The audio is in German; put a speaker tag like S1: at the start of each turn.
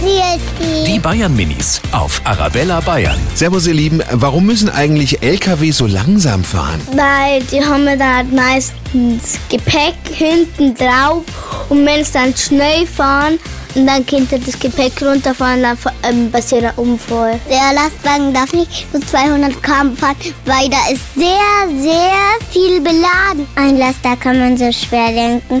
S1: Hier ist
S2: Die Bayern Minis auf Arabella Bayern.
S3: Servus, ihr Lieben. Warum müssen eigentlich LKW so langsam fahren?
S1: Weil die haben da meistens Gepäck hinten drauf und wenn es dann schnell fahren, und dann könnte das Gepäck runterfahren, dann fa- ähm, passiert ein Unfall. Der Lastwagen darf nicht so 200 km fahren, weil da ist sehr, sehr viel beladen. Ein Laster kann man so schwer lenken,